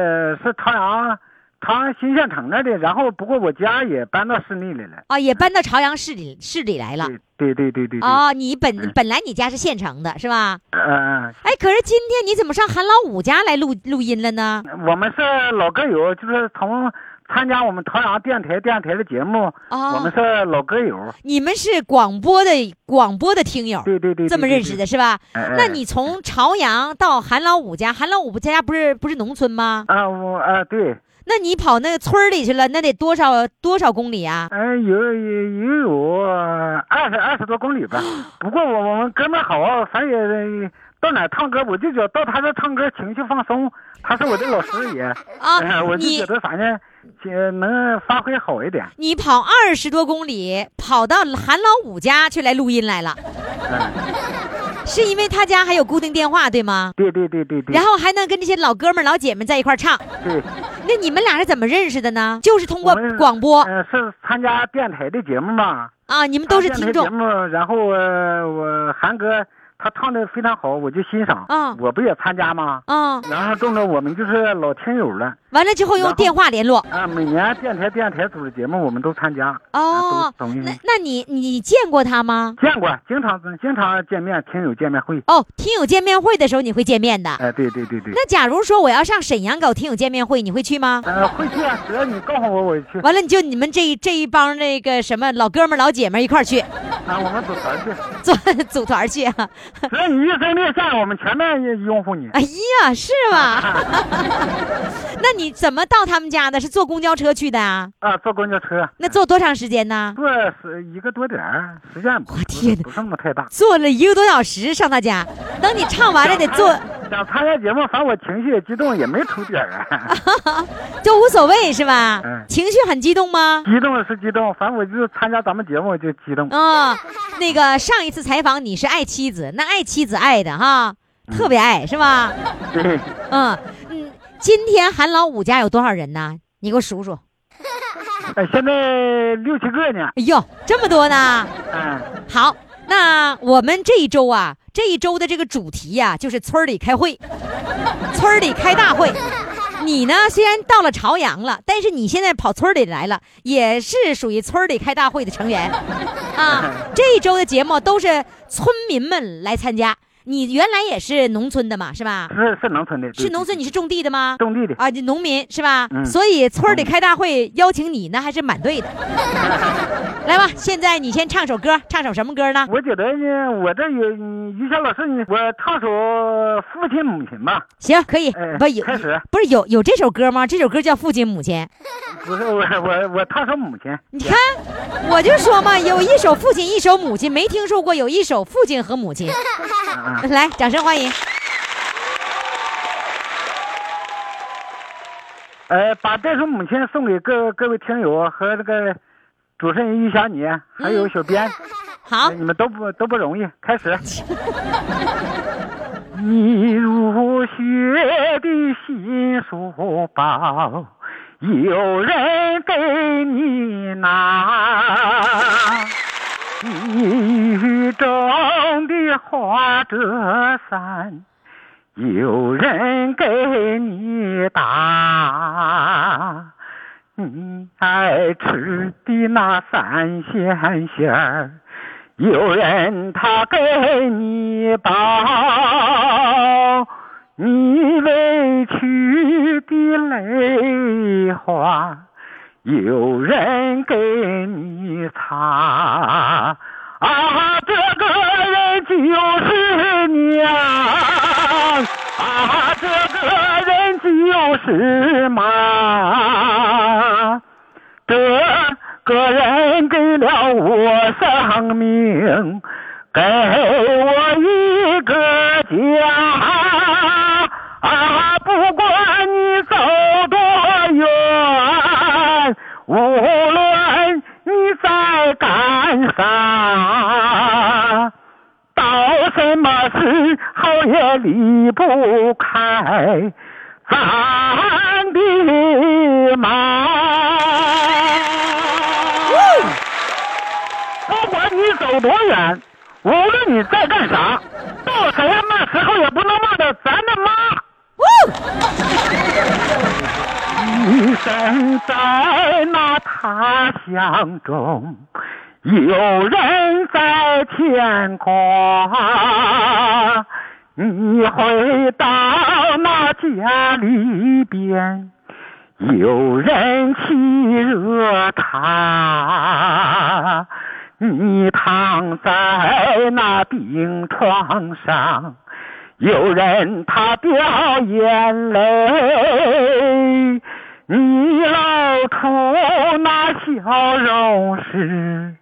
Speaker 8: 是朝阳朝阳新县城那的，然后不过我家也搬到市内来了。
Speaker 1: 啊，也搬到朝阳市里市里来了。
Speaker 8: 对对对对对对。
Speaker 1: 哦，你本
Speaker 8: 嗯
Speaker 1: 本来你家是县城的，是吧？
Speaker 8: 嗯、
Speaker 1: 哎，可是今天你怎么上韩老五家来录录音了呢？
Speaker 8: 我们是老歌友，就是从参加我们朝阳电台电台的节目，
Speaker 1: 哦
Speaker 8: 我们是老歌友。
Speaker 1: 你们是广播的广播的听友，
Speaker 8: 对对对对
Speaker 1: 这么认识的是吧？
Speaker 8: 哎哎
Speaker 1: 那你从朝阳到韩老五家，韩老五家不是不是农村吗？
Speaker 8: 啊，我啊对，
Speaker 1: 那你跑那个村儿里去了，那得多少多少公里啊？
Speaker 8: 哎有有有二十二十多公里 吧。不过我我们哥们儿好啊，反正也到哪儿唱歌，我就觉得到他这唱歌情绪放松，他是我的老师也，
Speaker 1: 啊
Speaker 8: 哎我就
Speaker 1: 你
Speaker 8: 觉得反正呃能发挥好一点。
Speaker 1: 你跑二十多公里，跑到韩老五家去来录音来了，
Speaker 8: 嗯
Speaker 1: 是因为他家还有固定电话对吗？
Speaker 8: 对对对对对
Speaker 1: 然后还能跟这些老哥们儿、老姐们在一块儿唱。
Speaker 8: 对。
Speaker 1: 那你们俩是怎么认识的呢？就是通过
Speaker 8: 我们
Speaker 1: 广播
Speaker 8: 呃，是参加电台的节目嘛？
Speaker 1: 啊，你们都是
Speaker 8: 参加
Speaker 1: 听
Speaker 8: 电台节
Speaker 1: 众
Speaker 8: 目，然后呃我韩哥他唱的非常好，我就欣赏。
Speaker 1: 啊
Speaker 8: 我不也参加吗？
Speaker 1: 啊。
Speaker 8: 然后中了我们就是老听友了
Speaker 1: 完了之后
Speaker 8: 然
Speaker 1: 用
Speaker 8: 后
Speaker 1: 电话联络。
Speaker 8: 啊！每年电台电台组的节目我们都参加。
Speaker 1: 哦
Speaker 8: 啊、，都同意
Speaker 1: 那那你你见过他吗？
Speaker 8: 见过，经常经常见面，听友见面会。
Speaker 1: 哦，听友见面会的时候你会见面的。
Speaker 8: 哎、对对对对。
Speaker 1: 那假如说我要上沈阳搞听友见面会，你会去吗？
Speaker 8: 呃，会去啊，只要你告诉我，我就去
Speaker 1: 完了，你就你们这一这一帮那个什么老哥们儿、老姐们儿一块儿去，
Speaker 8: 啊，我们组团去。
Speaker 1: 做 组团儿去、
Speaker 8: 只要你一声令下，我们全面也拥护你。
Speaker 1: 哎呀，是 吗？那你怎么到他们家的？是坐公交车去的啊？
Speaker 8: 啊，坐公交车。
Speaker 1: 那坐多长时间呢？
Speaker 8: 坐是一个多点儿，时间不
Speaker 1: 我天哪
Speaker 8: 不是那么太大。
Speaker 1: 坐了一个多小时上他家，等你唱完了得坐，
Speaker 8: 想参加节目，反正我情绪也激动，也没出点儿 啊。
Speaker 1: 就无所谓是吧
Speaker 8: 嗯？
Speaker 1: 情绪很激动吗？
Speaker 8: 激动是激动，反正我就参加咱们节目就激 动。
Speaker 1: 啊、那个上一次采访你是爱妻子，那爱妻子爱的哈，特别爱是吧？
Speaker 8: 对，
Speaker 1: 嗯嗯，今天韩老五家有多少人呢？你给我数数。
Speaker 8: 呃现在六七个呢。
Speaker 1: 哎呦，这么多呢！
Speaker 8: 嗯，
Speaker 1: 好，那我们这一周啊，这一周的这个主题呀、就是村儿里开 会，村儿里开大会。你呢，虽然到了朝阳了，但是你现在跑村儿里来了，也是属于村儿里开大会的成 员啊。这一周的节目都是村民们来参加。你原来也是农村的嘛，是吧？
Speaker 8: 是是农村的，对
Speaker 1: 是农村，你是种地的吗？
Speaker 8: 种地的。
Speaker 1: 啊，你农民是吧？
Speaker 8: 嗯
Speaker 1: 所以村儿里开大会邀请你，那还是满 对的。来吧，现在你先唱首歌，唱首什么歌呢？
Speaker 8: 我觉得呢，我这有嗯于谦老师，你我唱首《父亲母亲》吧。
Speaker 1: 行，可以，
Speaker 8: 哎
Speaker 1: 不有
Speaker 8: 开始
Speaker 1: 不是有有这首歌吗？这首歌叫《父亲母亲》。
Speaker 8: 不是我我我唱首母亲。
Speaker 1: 你看，我就说嘛，有一首父亲，一首母亲，没听说过有一首父亲和母亲。来，掌声欢迎。
Speaker 8: 呃，把这首《母亲》送给各各位听友和这个主持人于霞你，还
Speaker 1: 嗯
Speaker 8: 有小 编。
Speaker 1: 好
Speaker 8: 哎，你们都不都不容易。开始。你如雪的新书包，有人给你拿。你雨中的花折伞，有人给你打。你爱吃的那三鲜馅儿，有人他给你包，你委屈的泪花，有人给你擦。啊，这个人就是你啊！啊，这个人就是妈，这个人给了我生命，给我一个家。啊，不管你走多远，无论你在干啥。到什么时好也离不开咱的妈。不管你走多远，无论你在干啥，到什么时候也不能忘掉咱的妈。你身在那他乡中，有人在牵挂。你回到那家里边，有人沏热茶。你躺在那病床上，有人他掉眼泪，你露出那笑容时，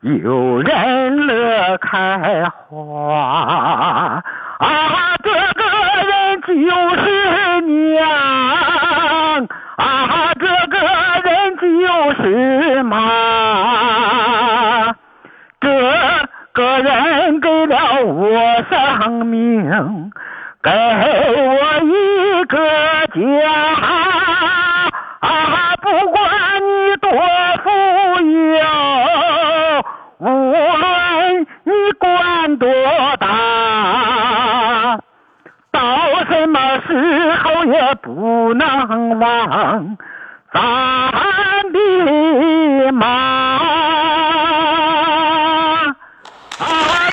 Speaker 8: 有人乐开花。啊，这个人就是娘，啊，这个人就是妈，这个人给了我生命，给我一个家。啊，不管你多富有，无论你官多大，到什么时候也不能忘咱的妈。啊，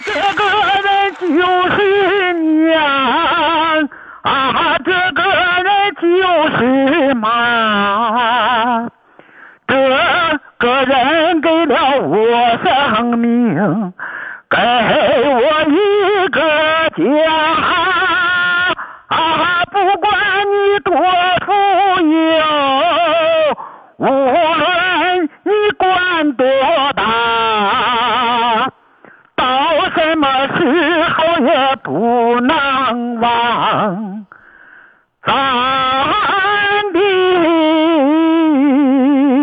Speaker 8: 这个人就是娘，啊，这个人就是妈。这个人给了我生命，给我一个家。啊，不管你多富有，无论你官多大，到什么时候也不能忘。咱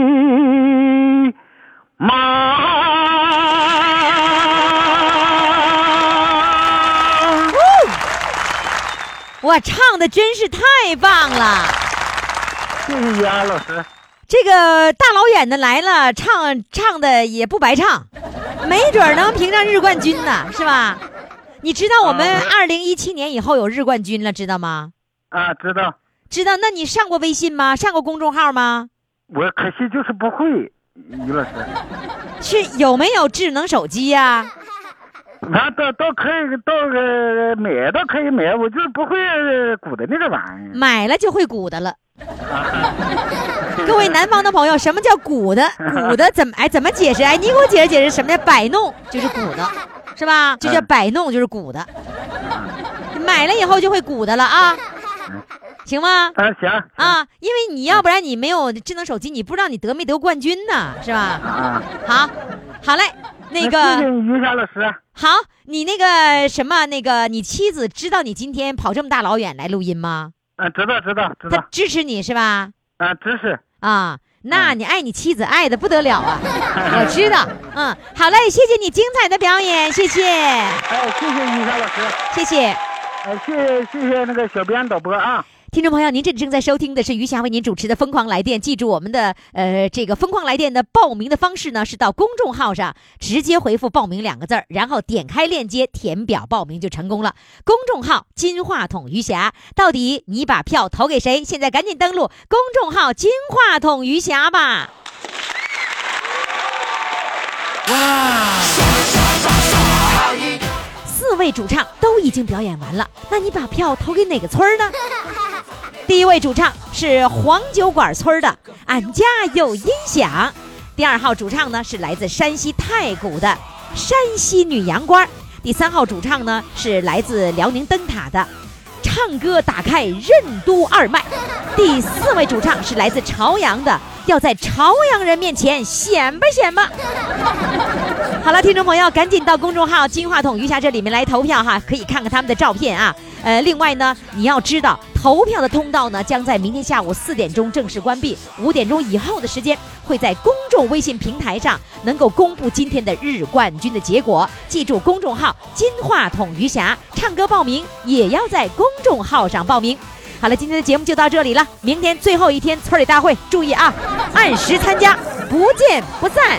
Speaker 8: 的妈。
Speaker 1: 我唱的真是太棒了！
Speaker 8: 谢谢安老师。
Speaker 1: 这个大老远的来了，唱唱的也不白唱，没准儿能评上日冠军呢，是吧？你知道我们二零一七年以后有日冠军了，知道吗？
Speaker 8: 啊，知道。
Speaker 1: 知道。那你上过微信吗？上过公众号吗？
Speaker 8: 我可惜就是不会，于老师，
Speaker 1: 是有没有智能手机呀、
Speaker 8: 那都都可以，都呃买都可以买，我就是不会呃鼓的那个玩意
Speaker 1: 买了就会鼓的了。各位南方的朋友，什么叫鼓的？鼓的怎么哎怎么解释？哎，你给我解释解释，什么叫摆弄？就是鼓的，是吧？这叫摆弄，就是鼓的。买了以后就会鼓的了啊，行吗？
Speaker 8: 儿。啊，行行
Speaker 1: 啊，因为你要不然你没有智能手机，你不知道你得没得冠军呢，是吧？
Speaker 8: 啊，
Speaker 1: 好，好嘞，那
Speaker 8: 哎谢谢
Speaker 1: 个
Speaker 8: 你于霞老师。
Speaker 1: 好，你那个什么那个，你妻子知道你今天跑这么大老远来录音吗？
Speaker 8: 啊，知道知道知
Speaker 1: 她
Speaker 8: 道。
Speaker 1: 支持你是吧？
Speaker 8: 啊，知识。
Speaker 1: 啊，那你爱你妻子爱的不得了啊！我知道，嗯，好嘞，谢谢你精彩的表演，谢谢，
Speaker 8: 哎，谢谢于霞老师。
Speaker 1: 谢谢。
Speaker 8: 哎，谢谢谢谢那个小编导播啊。
Speaker 1: 听众朋友，您这里正在收听的是余霞为您主持的《疯狂来电》。记住我们的呃，这个《疯狂来电》的报名的方式呢，是到公众号上直接回复“报名”两个字儿，然后点开链接填表报名就成功了。公众号“金话筒余霞”，到底你把票投给谁？现在赶紧登录公众号“金话筒余霞”吧。四位主唱都已经表演完了，那你把票投给哪个村儿呢？第一位主唱是黄酒馆村儿的，俺家有音响。第二号主唱呢是来自山西太谷的山西女阳关儿。第三号主唱呢是来自辽宁灯塔的，唱歌打开任督二脉。第四位主唱是来自朝阳的，要在朝阳人面前显摆显摆。 好了，听众朋友，赶紧到公众号“金话筒余霞”这里面来投票哈，可以看看他们的照片啊。呃，另外呢，你要知道，投票的通道呢将在明天下午四点钟正式关闭，五点钟以后的时间会在公众微信平台上能够公布今天的日冠军的结果。记住公众号“金话筒余霞”，唱歌报名也要在公众号上报名。好了，今天的节目就到这里了。明天最后一天村里大会，注意啊，按时参加，不见不散。